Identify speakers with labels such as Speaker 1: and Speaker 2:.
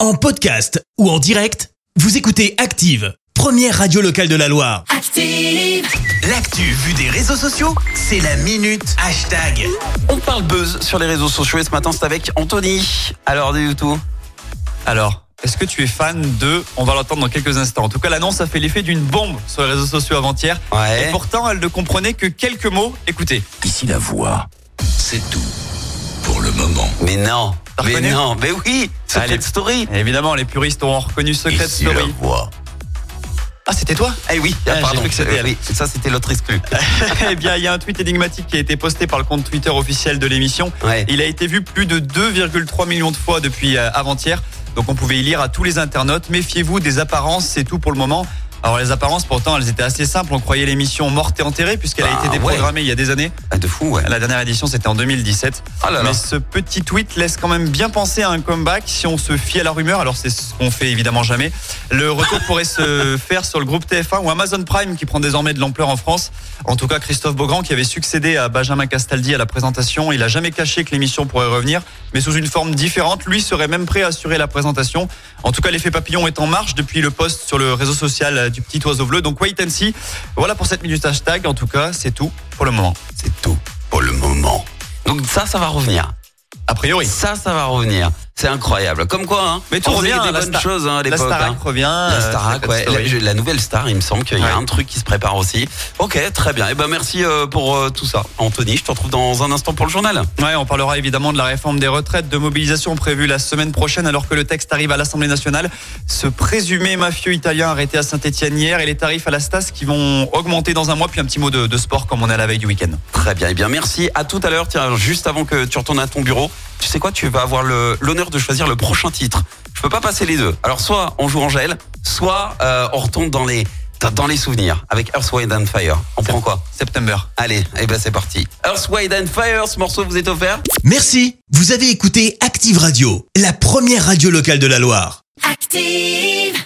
Speaker 1: En podcast ou en direct, vous écoutez Active, première radio locale de la Loire.
Speaker 2: Active.
Speaker 3: L'actu vue des réseaux sociaux, c'est la minute hashtag.
Speaker 4: On parle buzz sur les réseaux sociaux et ce matin c'est avec Anthony. Alors dis tout. Alors, est-ce que tu es fan de On va l'entendre dans quelques instants. En tout cas, l'annonce a fait l'effet d'une bombe sur les réseaux sociaux avant-hier. Et
Speaker 3: Ouais.
Speaker 4: pourtant, elle ne comprenait que quelques mots. Écoutez.
Speaker 5: Ici la voix, c'est tout pour le moment.
Speaker 3: Mais non.
Speaker 4: T'as
Speaker 3: Mais
Speaker 4: reconnu
Speaker 3: non. Mais oui. Secret
Speaker 4: Allez.
Speaker 3: Story.
Speaker 4: Et évidemment, les puristes ont reconnu Secret
Speaker 5: Ici la
Speaker 4: Story.
Speaker 5: voix.
Speaker 4: Ah, c'était toi
Speaker 3: Eh oui.
Speaker 4: Ah,
Speaker 3: ah,
Speaker 4: j'ai
Speaker 3: pardon.
Speaker 4: cru que c'était
Speaker 3: Euh,
Speaker 4: elle.
Speaker 3: oui, ça c'était l'autre exclu.
Speaker 4: Eh bien, il y a un tweet énigmatique qui a été posté par le compte Twitter officiel de l'émission.
Speaker 3: Ouais.
Speaker 4: Il a été vu plus de 2,3 millions de fois depuis euh, avant-hier. Donc on pouvait y lire à tous les internautes. Méfiez-vous des apparences, c'est tout pour le moment. Alors les apparences, pourtant, elles étaient assez simples. On croyait l'émission morte et enterrée puisqu'elle
Speaker 3: Ah,
Speaker 4: a été
Speaker 3: ouais.
Speaker 4: déprogrammée il y a des années.
Speaker 3: Ah, de fou. Ouais.
Speaker 4: La dernière édition, c'était en 2017.
Speaker 3: Oh là là.
Speaker 4: Mais ce petit tweet laisse quand même bien penser à un comeback si on se fie à la rumeur. Alors c'est ce qu'on fait évidemment jamais. Le retour pourrait se faire sur le groupe TF1 ou Amazon Prime qui prend désormais de l'ampleur en France. En tout cas, Christophe Beaugrand qui avait succédé à Benjamin Castaldi à la présentation, il a jamais caché que l'émission pourrait revenir, mais sous une forme différente. Lui serait même prêt à assurer la présentation. En tout cas, l'effet papillon est en marche depuis le post sur le réseau social euh, du petit oiseau bleu. Donc wait and see. Voilà pour cette minute hashtag. En tout cas, c'est tout pour le moment.
Speaker 3: C'est tout pour le moment. Donc ça, ça va revenir.
Speaker 4: A priori.
Speaker 3: Ça, ça va revenir. C'est incroyable. Comme quoi, hein.
Speaker 4: Mais tout
Speaker 3: on faisait
Speaker 4: revient,
Speaker 3: des
Speaker 4: la
Speaker 3: bonnes
Speaker 4: star-
Speaker 3: choses hein, à
Speaker 4: La
Speaker 3: l'époque.
Speaker 4: Starac
Speaker 3: hein.
Speaker 4: revient.
Speaker 3: La
Speaker 4: euh,
Speaker 3: Starac,
Speaker 4: Secret
Speaker 3: ouais.
Speaker 4: Story.
Speaker 3: La, je- la nouvelle star, il me semble qu'il y a
Speaker 4: Ouais.
Speaker 3: un truc qui se prépare aussi. Ok, très bien. Et ben merci euh, pour euh, tout ça, Anthony. Je te retrouve dans un instant pour le journal.
Speaker 4: Ouais, on parlera évidemment de la réforme des retraites, de mobilisation prévue la semaine prochaine alors que le texte arrive à l'Assemblée nationale. Ce présumé mafieux italien arrêté à Saint-Etienne hier et les tarifs à la Stas qui vont augmenter dans un mois. Puis un petit mot de, de sport comme on est à la veille du week-end.
Speaker 3: Très bien. Eh bien merci. À tout à l'heure. Tiens, juste avant que tu retournes à ton bureau, tu sais quoi Tu vas avoir le- l'honneur de choisir le prochain titre. Je peux pas passer les deux. Alors soit on joue Angèle, soit euh, on retourne dans les dans les souvenirs avec Earth, Wind and Fire. On prend quoi
Speaker 4: September.
Speaker 3: Allez, eh ben c'est parti. Earth, Wind and Fire. Ce morceau vous est offert.
Speaker 1: Merci, vous avez écouté Active Radio, la première radio locale de la Loire.
Speaker 2: Active.